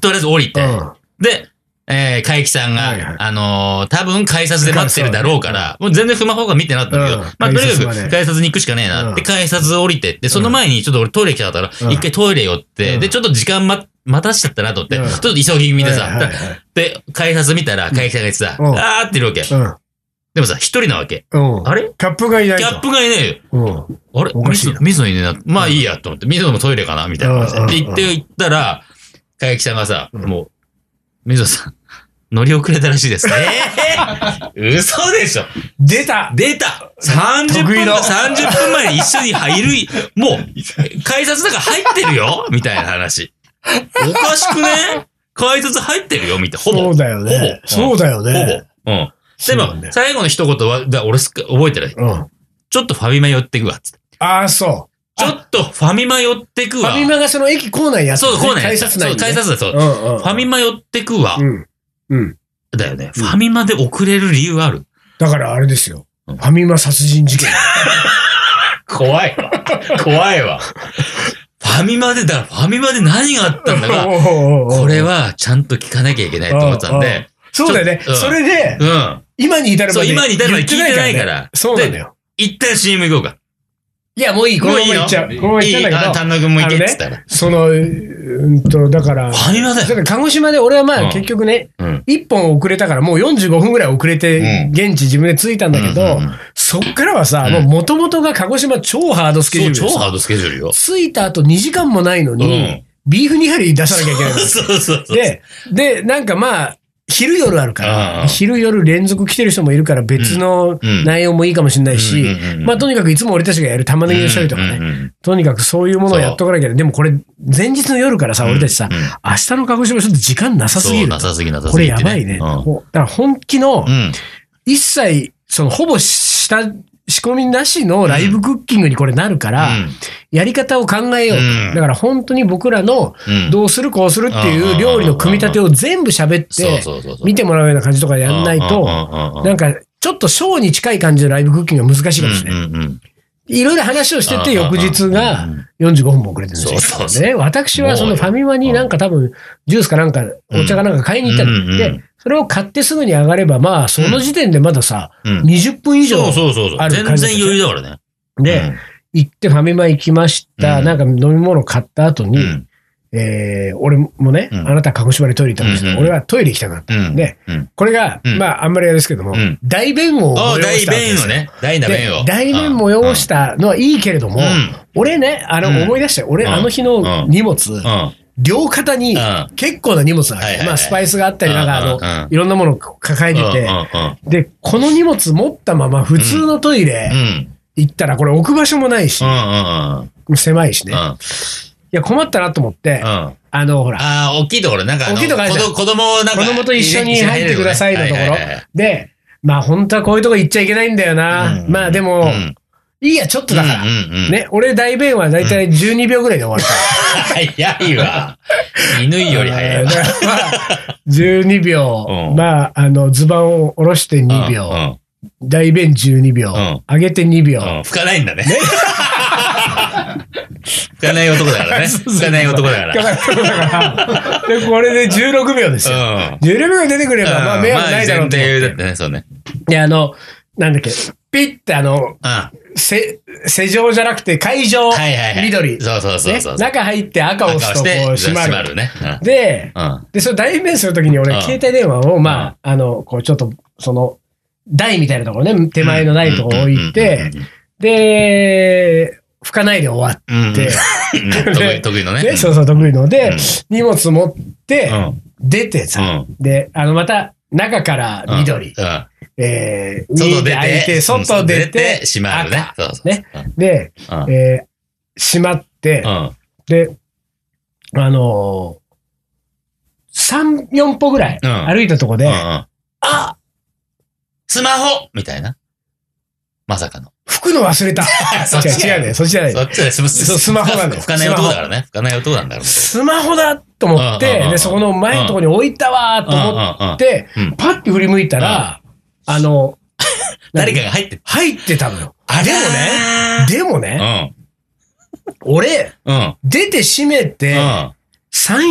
B: とりあえず降りて、
A: うん
B: で、えー、海木さんが、
A: はいはい
B: あのー多分改札で待ってるだろうから、もう全然スマホが見てなかったんだけど、
A: うん
B: まあ、とに
A: 改札
B: か
A: まで
B: く改札に行くしかねえなって、
A: うん
B: 改札降りてって、その前にちょっと俺トイレ来たから、
A: うん
B: 一回トイレ寄って、
A: うん
B: で、ちょっと時間ま、待たしちゃったなと思って、
A: うん
B: ちょっと急ぎ気味でさ、
A: はいはいはい
B: で、改札見たら、海木さんが言ってさ、
A: うん
B: あーっているわけ。でもさ、一人なわけ。
A: うん。うん。
B: あれ
A: キャップがいない
B: キ
A: と。
B: ャップがいないよ。
A: うん。
B: あれ
A: おかしい
B: 水
A: な
B: 野、水野いねえな。まあいいやと思って、水野もトイレかなみたいな感じで。
A: うんうんうん
B: で、行って、行ったら、かやきさんがさ、
A: うん
B: もう、水野さん、乗り遅れたらし
A: <laughs>
B: いです。ええ嘘でしょ
A: 出た
B: 出た !30
A: 得
B: 分
A: 意
B: か、
A: の
B: 30分前に一緒に入る、もう、改札なんか入ってるよみたいな話。おかしくね改札入ってるよみたいな。ほぼ。
A: そうだよね。
B: ほぼ
A: そうだよ
B: ほぼ。
A: ね。
B: うん。で
A: そうなんだ
B: も、
A: よ
B: 最後の一言は、だ俺すっか覚えてない。
A: うん。
B: ちょっとファミマ寄ってくわ、つって。
A: ああ、そ
B: ちょっとファミマ寄ってく
A: う。フ
B: わ。
A: ァミマがその駅構内やって
B: そう、こうなんや
A: 改札内
B: そ
A: に
B: う、
A: ね。
B: 改札だ、そう。フ
A: うんうん。
B: ァミマ寄ってくわ
A: う。ん。うん。
B: だよね。
A: うん
B: ファミマで遅れる理由ある
A: だからあれですよ。
B: う
A: フ
B: ん
A: ァミマ殺人事件。
B: 怖いわ。怖いわ。ファミマで、だからファミマで何があったん
A: <laughs>
B: だか、こ
A: こ
B: れはちゃんと聞かなきゃいけないと思ってたんで。
A: そうだよね
B: ちょ。
A: それで
B: う、ん。
A: 今に至るまで
B: そう今に至るまで聞いてない
A: 言って
B: から
A: ねそうなんだよ。
B: 一旦 CM 行こうか。
A: いや、もういい。このまま
B: もういいよ
A: 行っちゃう。このまま行っ
B: いい、
A: ちゃうんだけ
B: あ
A: ど。
B: 丹野くんも行けって言ったら。
A: その、うーんと、だから、
B: ファミマだ
A: だか
B: よ。
A: ら鹿児島で俺はま
B: うん
A: あ結局ね、
B: うん。
A: 1本遅れたからもう45分ぐらい遅れて
B: う、
A: 現地自分で着いたんだけ
B: うん
A: ど
B: うんうん、
A: そっからはさ、
B: うん
A: もう元々が鹿児島超ハードスケジ
B: そ
A: ュール
B: う、
A: でさ
B: 超ハードスケジュールよ。
A: 着いた後2時間もないの
B: うん
A: に、ビーフ2針出さなきゃいけないの。
B: <laughs> そうそうそう。
A: で、で、なんかまあ、昼夜あるか
B: うんう
A: ら、
B: ん
A: 昼夜連続来てる人もいるから別の
B: うん
A: 内容もいいかもしれないし
B: うんうんうんう、ん
A: まあとにかくいつも俺たちがやる玉ねぎの処理とか
B: うん
A: ね、
B: うんうん
A: とにかくそういうものをやっとかなきゃいけない。でもこれ、前日の夜からさ、
B: うん
A: 俺たちさ、
B: うん
A: 明日の鹿児島ちょっと時間なさすぎ
B: そう、
A: る
B: な。さすぎなさす
A: これ
B: ぎて
A: や
B: ね。
A: ばいね。
B: うん
A: こうだから本気の
B: う、ん。
A: 一切、そのほぼ下、仕込みなしのライブクッキングにこれなるから、やり方を考えようと、
B: うん
A: だから本当に僕らの
B: うん
A: どうするこうするっていう料理の組み立てを全部喋っ
B: そう
A: て、
B: そうそうそう。
A: 見てもらうような感じとかやんないと、
B: と
A: なんかちょっとショーに近い感じのライブクッキングが難しいかもしれない。いろいろ話をしてて翌日が45分も遅れてるんですよ。
B: そうそうそう
A: ね。私はそのファミマになんか多分ジュースかなんかお茶かなんか買いに行った
B: うんうんう
A: の。
B: ん
A: で、それを買ってすぐに上がればまあその時点でまださ、
B: うん
A: 20分以上
B: そうそうそうそ
A: あ
B: う。
A: る
B: 全
A: 感
B: 然
A: じだった
B: 余裕だからね。
A: で行ってファミマ行きました。
B: うん
A: なんか飲み物買った後
B: うん、
A: に
B: う、ん。
A: えー俺もね、
B: うん
A: あなた鹿児島でトイレ行ったんですけど、
B: うんうん
A: 俺はトイレ行きたかった。
B: うん。
A: で
B: うん、
A: これが、
B: うん
A: まあ、あんまりあれですけども、
B: うん
A: 大便を
B: ああ、
A: 催
B: 大
A: したわけで
B: 便
A: すよ
B: をね。大な便
A: で
B: を。。
A: 大便催したたのはいいけれども、
B: うん
A: 俺ね、あ
B: うん
A: の、思い出したよ。俺、
B: うん
A: あの日の荷物、
B: うん。
A: 両肩に
B: うん
A: 結構な荷物があ
B: はい
A: る、
B: はいはい
A: まあ、スパイスがあったり、なんか、
B: うん
A: あ
B: う
A: の、
B: ん
A: いろんなものを抱えてて、で、この荷物持ったまま普通のトイ
B: うん。う
A: レ
B: ん。
A: 行ったら、これ置く場所もないし
B: うん。う、ん。うん。
A: 狭いしね。いや、困ったなと思って、
B: あ
A: あの、ほら、
B: あ、大きいところ、なんか、子供なんか。
A: 子供と一緒に入ってくださいのところ。で、まあ本当はこういうとこ行っちゃいけないんだよな。まあでも、いいや、ちょっとだから。ね、俺大便はだいたい12秒ぐらいで終わるから。
B: 早いわ。犬より早い
A: <laughs> だ
B: わ。
A: からまあ、12秒、
B: うん
A: まあ、あの、ズバンを下ろして2秒、大便12秒、
B: ん
A: 上げて2秒、
B: うん、吹かないんだね。吹かない男だ
A: <laughs>
B: からね。吹かない男だから。
A: だから <laughs> で、これで16秒ですよ。
B: うん。
A: 16秒出てくれば、まあ、迷惑ないだろうと思
B: 前提だ
A: っ
B: ってね、そうね。
A: て。で、あの、なんだっけ、ピッてあの、
B: うん。は
A: せ、施錠じゃなくて、会場、
B: いはいはい。
A: 緑。
B: そうそうそうそう。
A: ね、中入って赤を押すとこう閉まる。
B: ね。
A: で、
B: うん。うん。
A: で、その代弁するときに
B: う
A: 俺、
B: ん
A: 携帯電話を、まあ、あの、こう、ちょっと、その、台みたいなところね、手前の台のとこ置いて、で、拭かないで終わ
B: うん。
A: って、
B: 得意、得意のね。
A: で、そうそう、得意の
B: う
A: で
B: ん、
A: 荷物持っ
B: う
A: て、
B: ん。
A: 出てさ、で、あの、また、中から緑、
B: うん。
A: えー、
B: 外
A: 右手
B: 出
A: 開いて、
B: て、
A: 外出て、
B: 閉まるね
A: 赤。
B: そうそう。
A: で、
B: うん。
A: えー、閉まって、
B: うん。
A: で、あのー、3、4歩ぐらい
B: うん
A: 歩いたとこで、あ
B: スマホみたいな。まさかの。
A: 拭くの忘れた
B: <laughs> そっち
A: 違う違うね、そっちじゃない
B: そ。っちでスマ
A: そうスマホ
B: <laughs>
A: なんだよ
B: 吹かない男だからね。吹かない男なんだろうね。
A: スマホだと思っ
B: うんうんうん
A: て
B: う、ん
A: で、そこの前のところに置いたわーと思っ
B: って、
A: て
B: うんうんうんうん、
A: パッて振り向いたら、あの、
B: 誰か
A: 何
B: が入って、
A: 入ってたのよ。
B: あ
A: でもね、でもね、
B: ね。
A: 俺、
B: うん。うん。
A: 出て閉めて、
B: うん。
A: 3、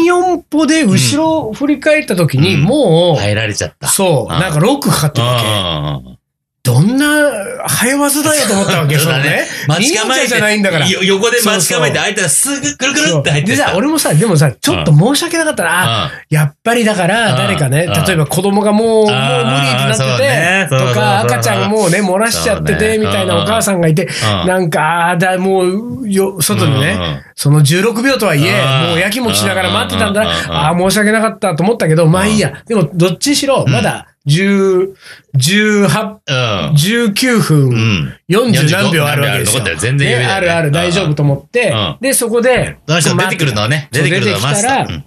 A: 4歩で後ろを振り返った時に、
B: うん
A: も
B: 入られちゃっ
A: う、
B: た。
A: そう、
B: あー
A: なんかロックかかってるわけ。
B: うん
A: どんな早技だよと思ったわけ、
B: そうだね
A: ね。
B: 待ち構
A: 忍者
B: えて。
A: じゃないんだから。
B: よ横で待ち構えて、
A: そうそう
B: 開いたらすぐくるくる
A: そう
B: って入って
A: で
B: た
A: さ、俺もさ、でもさ、ちょっと申し訳なかったら、あ
B: うん
A: やっぱりだから、
B: うん
A: 誰かね、
B: うん
A: 例えば子供がもう、もう無理って
B: あー
A: な
B: そう
A: っ
B: ね
A: て
B: そう
A: て、
B: そう
A: とか、
B: そうそう
A: 赤ちゃんがもうね、漏らしちゃって
B: そうね
A: て、みたいなお母さんがいて、
B: うん
A: なんか、ああー、だ、もう、よ、外で
B: うんう
A: ね
B: ん、
A: その16秒とはい
B: うん
A: え、もうやきもきしながら待ってたんだ
B: うんうんうん
A: な、ああー、申し訳なかったと思ったけど、まあいいや。でも、どっちにしろ、まだ、10、18、
B: うん。
A: 19
B: う
A: 分、
B: ん。
A: 40何秒あるわけです
B: 何秒ある残
A: よ
B: ってる。全然余裕
A: ね
B: だ
A: あ
B: よね
A: るある、大丈夫と思っ
B: う
A: て
B: ん、
A: で、そこで、
B: その人出てくるのはね、
A: そう
B: 出てくるのはマスタ
A: 出て
B: ー。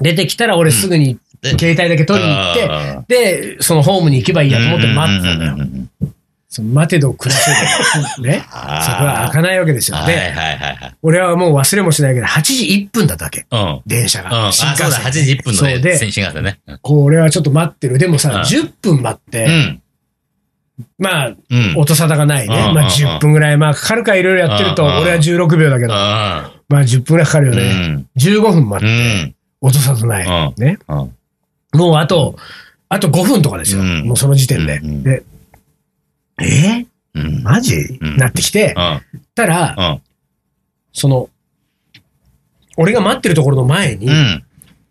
A: 出てきたら俺すぐに
B: うん
A: 携帯だけ取りに行って、
B: うん
A: で、そのホームに行けばいいやと思って待ってたんだよ。
B: よ。
A: その待てど暮らせど。ね。そこ
B: あー
A: は開かないわけですよ。
B: はいは
A: で、
B: いはいはい。
A: 俺はもう忘れもしないけど、8時1分だったわけ。
B: うん。うん。
A: 電車が。
B: あ、そうだ、8時1分の
A: そうで
B: ね、新幹線ね。
A: こう、俺はちょっと待ってる。でも
B: うん
A: さ、10分待っ
B: う
A: て、
B: ん。
A: まあ、
B: うん。
A: 音沙汰がないね。
B: うん
A: ま
B: うん
A: あ、10分ぐらい、まあ、かかるかいろいろやってると、
B: うん
A: 俺は16秒だけど、
B: うん
A: まあ、10分ぐらいかかるよ
B: う
A: ね。
B: ん。
A: 15分待
B: う
A: って、
B: ん。
A: 音沙汰な
B: う
A: い。
B: ん
A: ね。
B: うん。
A: もうあと、あと5分とかですよ。
B: うん
A: もうその時点で。
B: うん
A: で、え
B: うん
A: ー、。マジ、
B: ん
A: なってきて、たら、その、俺が待ってるところの前に、
B: うん。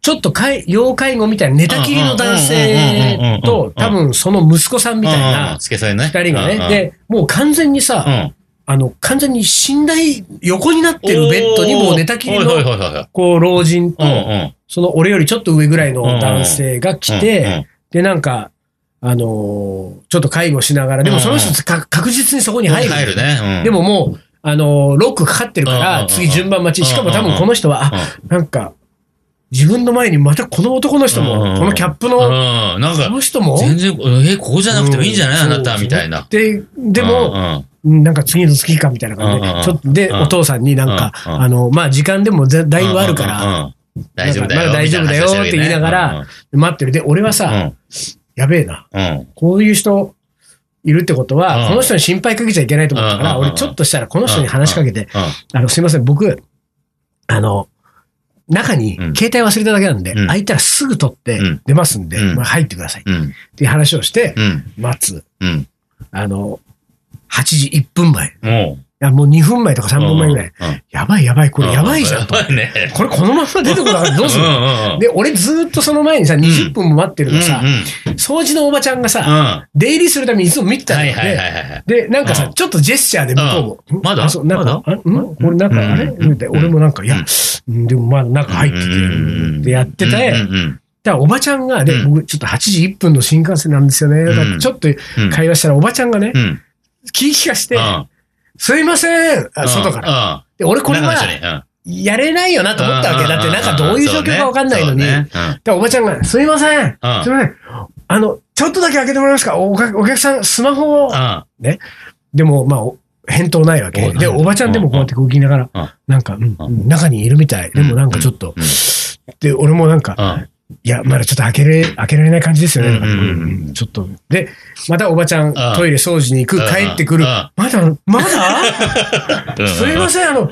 A: ちょっとかい要介護みたいな寝たきりの男
B: うんうんうんうんうんうん
A: 性と、多分その息子さんみたいな
B: つけ添えね。
A: 二人がね、、で、もう完全にさ、
B: うん。
A: あの、完全に寝台横になってるベッドにもう寝たきりの、
B: はいはいはいはい。
A: こう、老人と、
B: うんうん。
A: その俺よりちょっと上ぐらいの男性が来て、
B: うんうん
A: で、なんか、あのーちょっと介護しながら、でもその人か確実にそこに入る。
B: 入るね。
A: でももう、あのーロックかかってるか
B: うんうんう
A: ら、
B: ん
A: 次順番待ち。しかも多分この人は、
B: うん
A: あ、なんか、自分の前にまたこの男の人
B: うんうんう
A: も、
B: ん
A: このキャップ
B: う
A: の、
B: ん。なん
A: こ
B: か、
A: の人も、
B: 全然、え、ここじゃなくてもいいんじゃないあ
A: う
B: なた、みたいな。
A: で、でも、
B: も、
A: うんなんか次の月かみたいな感じ
B: うんうんう
A: で、
B: ん
A: ちょっと、で、
B: うん
A: お父さんになんか、
B: うんうん
A: あの、まあ、時間でもぜだいぶあるから、
B: ら、大丈夫だ
A: ま
B: よ。
A: だ大丈夫だよって言いながら、待ってる。で、俺はさ、
B: うん
A: やべえな。
B: うん。
A: こういう人いるってことは、
B: うん
A: この人に心配かけちゃいけないと思ったか
B: う
A: ら、
B: んうんうん
A: 俺ちょっとしたらこの人に話しかけて、
B: うん。
A: あの、すいません、僕、あの、中に
B: うん
A: 携帯忘れただけなんで、
B: うん
A: 開いたらすぐ取って
B: うん
A: 出ますんで、
B: うん
A: まあ、入ってくださいっ
B: うん。
A: ていう話をして、
B: うん。
A: 待つ。
B: うん。
A: あの、8時1分前。
B: も
A: あもう2分前とか
B: う。
A: 3分前ぐらい。。やばいやばい、これやばいじゃんと。
B: やばいね。
A: これこのまま出てこなかったらどうするの
B: ん
A: で、俺ずーっとその前にさ、20分も待ってるのさ、掃除のおばちゃんが
B: うん。
A: さ、
B: は
A: 出入りするためにいつも見て
B: い
A: たの
B: は
A: よ
B: いはい
A: ね。
B: はい。
A: で、なんかさ、
B: うん
A: ちょっとジェスチャーで向こうも。
B: うん
A: ん
B: まだ
A: あそうなんか、あん俺なん
B: うん
A: か、あれ
B: うん
A: で俺もなんか、いや、うんでもまだ中入ってて、でやってて、だからおばちゃんが、で、
B: うん
A: 僕ちょっと8時1分の新幹線なんですよね。だからちょっと会話したらおばちゃんがね
B: う、ん。
A: キーキーがして、すいませんあ外から。
B: ら。
A: で、俺これ
B: は、
A: はやれないよなと思ったわけ。だってなんかどういう状況かわかんないのに。
B: うん。
A: で、おばちゃんが、すいません、
B: うん
A: すいませんあの、ちょっとだけ開けてもらえますかおかお客さん、スマホを。でも、まあ、お返答ないわ
B: お
A: け。
B: なんだ
A: で、おばちゃんでもこうやってこう聞きなが
B: うん
A: ら、なんか、うん
B: う
A: 中にいるみたい。でもなんかちょっと、で、俺もなんか、いや、まだちょっと開けれ、開けられない感じですよね。
B: うんうんうん
A: うんちょっと。で、またおばちゃん、
B: ん
A: トイレ掃除に行く、
B: うん
A: 帰ってくる。
B: うん
A: まだ、まだすいません、あの、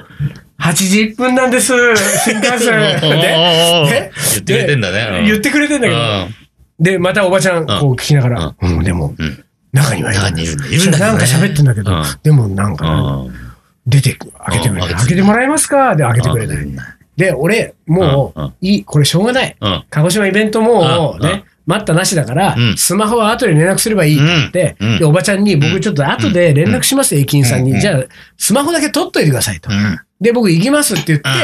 A: 8時1分なんです、新幹
B: <laughs>
A: 線。で、
B: 言ってくれてんだね。
A: 言ってくれてんだけど、で、またおばちゃん、こう聞きながら、うん、でも、
B: うん
A: 中にはいる
B: 中にいるんだいるんだけどね
A: なんか喋ってんだけど、
B: うん
A: でもなんかね、出てく、開けてくれ
B: うん
A: ない。開けてもらえますかで、開けてくれない。で、俺、も
B: うんうん
A: う、いい、これしょうがない。
B: うん。
A: 鹿児島イベントも
B: う
A: うん
B: うん
A: ね、待ったなしだから
B: う、ん
A: スマホは後で連絡すればいいって
B: う
A: 言
B: ん
A: って、
B: うん
A: で、おばちゃんに、僕ちょっと後で連絡します、駅員さん
B: うん
A: に。じゃあ、スマホだけ取っといてくださいと
B: う。ん。
A: で、僕行きますって言っ
B: うん。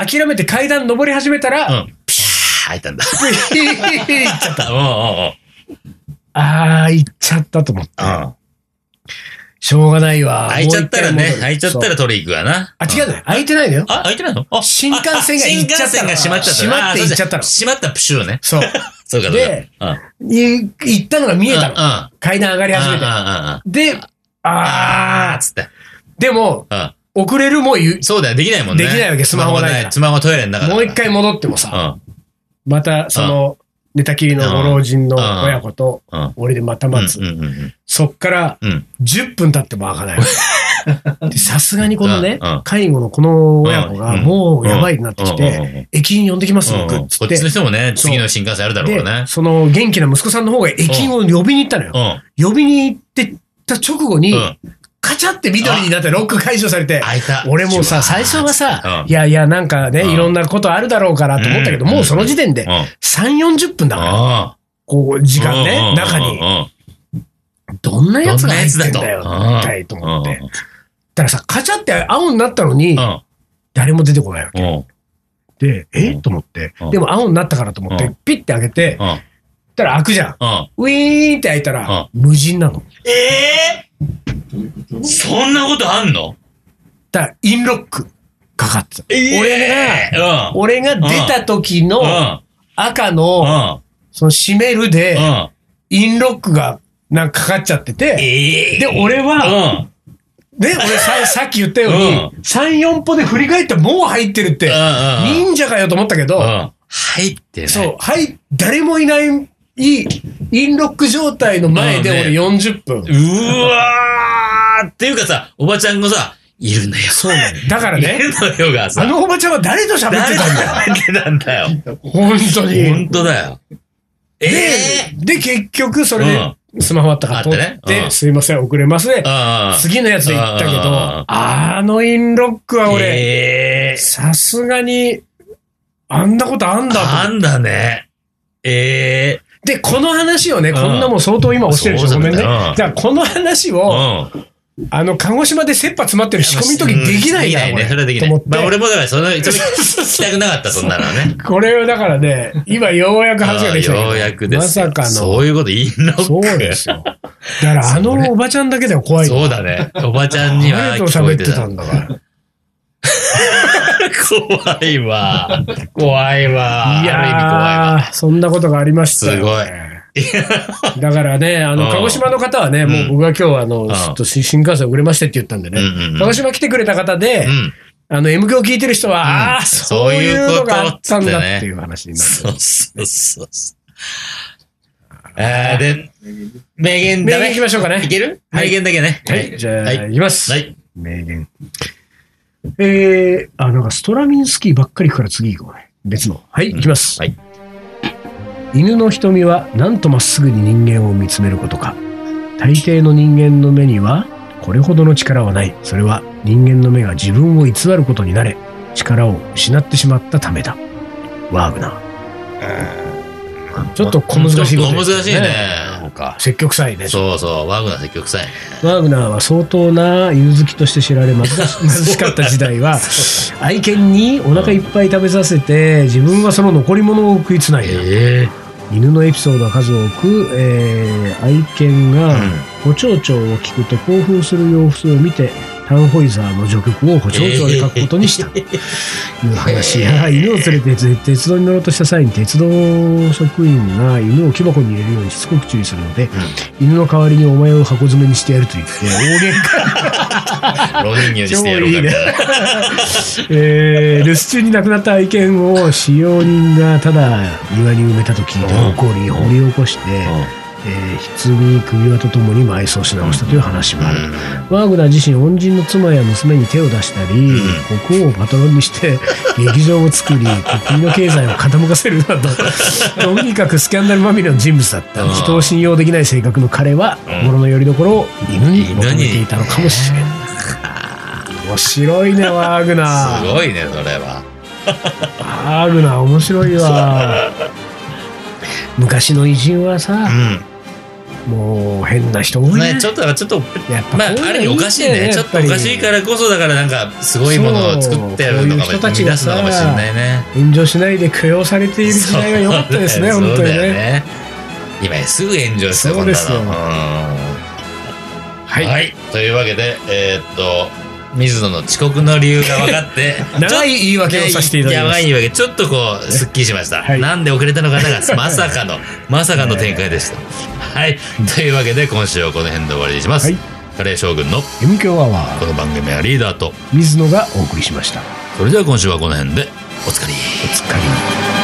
B: うん。
A: て、諦めて階段登り始めたら、
B: ピャー入ったんだ。
A: ピーって行っちゃった。
B: うんうん
A: <laughs> あー、行っちゃったと思って。
B: うん。うん。
A: しょうがないわ。
B: 開いちゃったら
A: もう一回
B: ね
A: 戻、る
B: 開いちゃった
A: そ
B: ら
A: う
B: 取り行くわな。
A: あ、違うのよ。開いてないのよ。
B: あ、開いてないのあ
A: 新幹線が行
B: 新
A: っち
B: 幹
A: ゃった
B: 線
A: の
B: が閉まっちゃった。
A: 閉まって行っちゃった
B: あ
A: の。
B: そうだ閉まったプシューね。 <laughs>
A: そう。
B: そうか、そうか。
A: で
B: うん、
A: い行ったのが見えた
B: う
A: の。
B: ん。あ
A: 階段上がり始めて。
B: あ
A: で、
B: あ
A: あ
B: ー、つって。
A: ー、でも、
B: うん。
A: 遅れるも言う
B: そうだよ、できないもんね。
A: できないわけスマホがないから
B: スマホトイレの中だから
A: もう一。回戻ってもさ、またその、寝たきりのご老人の親子と
B: うんうん、
A: 俺でまた
B: うん。
A: 待
B: う
A: つ。
B: ん。うん。
A: そっから
B: うん。
A: 10分経っても開かない。
B: <laughs>
A: でさすがにこのね
B: うんうん、
A: 介護のこの親子が
B: うん
A: もうやばいになってき
B: うんうんうんうん
A: て、駅員呼んできます
B: うん
A: 僕
B: うん
A: っつ
B: こ
A: っ
B: っちの
A: て。
B: 人もね、
A: そう
B: 次の新幹線あるだろう
A: で
B: からね、。
A: その元気な息子さんの方が駅員を呼びに行ったのよ
B: う。ん。
A: 呼びに行ってた直後に
B: う、ん。
A: カチャって緑になってロック解除されて、
B: 開いた。
A: 俺も
B: う
A: さ、
B: わー
A: 最初はさ
B: う、ん
A: いやいや、なんか
B: うん
A: ね、いろんなことあるだろうからと思ったけど、
B: うん
A: もうその時点で
B: うん。
A: 3、40分だから、
B: ああ。
A: こう、時間
B: うんうんうんう
A: ね、
B: ん
A: 中に。どんなやつが入ってんだよ、
B: どんなや
A: 一
B: つだと
A: 体と思って。だ
B: うん
A: からさ、カチャって青になったのに、
B: う
A: 誰も出てこないわ
B: ん。うん。うん。
A: けで、え
B: うん
A: と思って
B: うん、
A: でも青になったからと思っ
B: う
A: て
B: ん、
A: ピッて開けて、
B: うん。
A: たら開くじゃん。
B: うん。
A: ウィーンって開いたら、無人なの。
B: ええそんなことあんの
A: だから、インロックかかってた。
B: え
A: 俺が、
B: が
A: 俺が出た時の赤
B: うん。う
A: の、
B: ん。
A: その閉めるで
B: う、ん。
A: インロックがなんかかかっちゃってて、
B: ええ
A: で、俺は、
B: うん。
A: ね、俺ささっき言ったように、
B: うん
A: 3、4歩で振り返ってもう入ってるって、
B: うんうんうん
A: 忍者かよと思ったけど、
B: うん。入ってない。
A: そう、はい、誰もいない、いいインロック状態の前で
B: うん
A: 俺
B: ね
A: 40分。
B: うわーっていうかさ、おばちゃんがさ、いるのよ。そうなの
A: だから
B: い
A: ね、
B: るのよが
A: あ
B: さ、
A: のおばちゃんは誰と喋って
B: 誰
A: たんだよ。
B: が見てたんだよ。
A: 本当に
B: 本。当だよ。え
A: で
B: え、
A: で、結局それで、スマホあったから撮っ
B: あ
A: て
B: ってねうん
A: すいません、遅れますね。
B: ああ。
A: 次のやつで行ったけ
B: うん
A: ど
B: うんうん、
A: あのインロックは俺、
B: ええ
A: さすがに、あんなことあんだと思
B: あ
A: って。
B: んだね。ええ
A: で、この話をね、
B: ん
A: こんなもん相当今押してるでしょ、
B: そう
A: ご
B: だ
A: めん
B: ね
A: ね。
B: うん
A: じゃあ、この話を、
B: うん。
A: あの、鹿児島で切羽詰まってる仕込み時できない
B: でき
A: な
B: ないね。そ
A: こ
B: れはでき
A: と
B: な
A: 思
B: い
A: っ。
B: まあ
A: て。
B: 俺もだから、その、それ聞きたくなかった、そんなのは
A: <laughs>
B: ね。
A: これをだからね、今ようやく話ができたけど。
B: ようやくですよ。
A: まさかの。
B: そういうこと、インロック。
A: そうですよ。だから、あのおばちゃんだけでは怖い。
B: そうだね。おばちゃんには
A: 誰と
B: 聞こ
A: 喋
B: え
A: ってて
B: た
A: た。んだから。
B: 怖いわ。怖いわ。
A: い
B: ある意味怖いわ。
A: やー、そんなことがありましたよね。だからね、あ
B: う
A: の、
B: ん
A: 鹿児島の方はね、
B: ん
A: もう僕が今日、あの、
B: ん
A: ちょっと新幹線遅れましてって言ったんでね
B: うんうんうん、
A: 鹿児島来てくれた方で
B: う、ん。
A: あの、M 響聞いてる人は、ああ、
B: そ
A: そうう
B: い
A: いううの
B: こと
A: があったんだっていう話にな
B: そ
A: る。
B: うそうそうそう。えー、で、名言だ
A: 名言いきましょうかね
B: いける
A: はい
B: 名言だけね。
A: はい、じゃあ、
B: はい
A: い、きます。
B: はい。
A: 名言。えー、あ、なんかストラミンスキーばっかり行くから次行こうね。別の。はい、いきます。
B: はい
A: 犬の瞳はなんとまっすぐに人間を見つめることか。大抵の人間の目にはこれほどの力はない。それは人間の目が自分を偽ることになれ、力を失ってしまったためだ。ワーグナー。ちょっと小難しいこと言う
B: 小難しいね。そうか。
A: 積極臭いね。
B: そうそう、ワーグナー積極臭いね。
A: ワーグナーは相当な犬好きとして知られ貧
B: <laughs>
A: し貧しかった時代は愛犬にお腹いっぱい食べさせて自分はその残り物を食いつないだ
B: ええ
A: 犬のエピソードは数多く、えー愛犬
B: う
A: が
B: ん。
A: 補聴聴を聞くと興奮する様子を見てタンホイザーの序曲を補聴聴で書くことにした、いう話や犬を連れて鉄道に乗ろうとした際に鉄道職員が犬を木箱に入れるようにしつこく注意するので、犬の代わりにお前を箱詰めにしてやると言って大喧嘩
B: ロニーニューにしてやろうかみたいな。
A: えー留守中に亡くなった愛犬を使用人がただ庭に埋めたと聞いて
B: うん
A: 誇り掘り起こして、えー、棺に首輪とともに埋葬し直したという話もある、ワーグナー自身恩人の妻や娘に手を出したり、
B: ん
A: 国王をパトロンに
B: <laughs>
A: して劇場を作り国の経済を傾かせるなど
B: <laughs>
A: とにかくスキャンダルまみれの人物だった
B: うん
A: 人を信用できない性格の彼は
B: うん
A: 心の拠り所を犬に求めていたのかもしれない面白いねワーグナー
B: すごいね、それは。
A: あるな面白い
B: <laughs>
A: わ昔の偉人はさ、
B: う
A: もう変な人多い
B: ん。
A: ね
B: ね、ちょっと、ちょっと、
A: やっぱ
B: まあ、
A: こういうの
B: ある意味おかしいね。ちょっとおかしいから
A: やぱ
B: らこそ、だからなんか、すごいものを作ってやるのかも
A: そうこういう人た
B: 生
A: ち
B: み出
A: が
B: す
A: さ
B: のかもしれないね。
A: り炎上しないで供養されている時代が良かったですね
B: そう
A: 本当に
B: そうだよ
A: ね
B: ね。今やすぐ炎上した
A: そうですよ
B: こんなの
A: は
B: うんはい。というわけで、えーっと、水野の遅刻の理由が分
A: <laughs>
B: かって、
A: 長い言い訳をさせていただきま
B: やば
A: す
B: い言い訳ちょっとこう、すっきりしました。
A: はい
B: なんで遅れたのかな
A: <laughs>
B: が、まさかの、まさかの展開でした。はい。というわけで、今週はこの辺で終わりにします。
A: はい
B: カレー将軍の
A: M 強アワ
B: この番組はリーダーと、
A: ー水野がお送りしました
B: それでは今週はこの辺で、おつかり。
A: お疲れ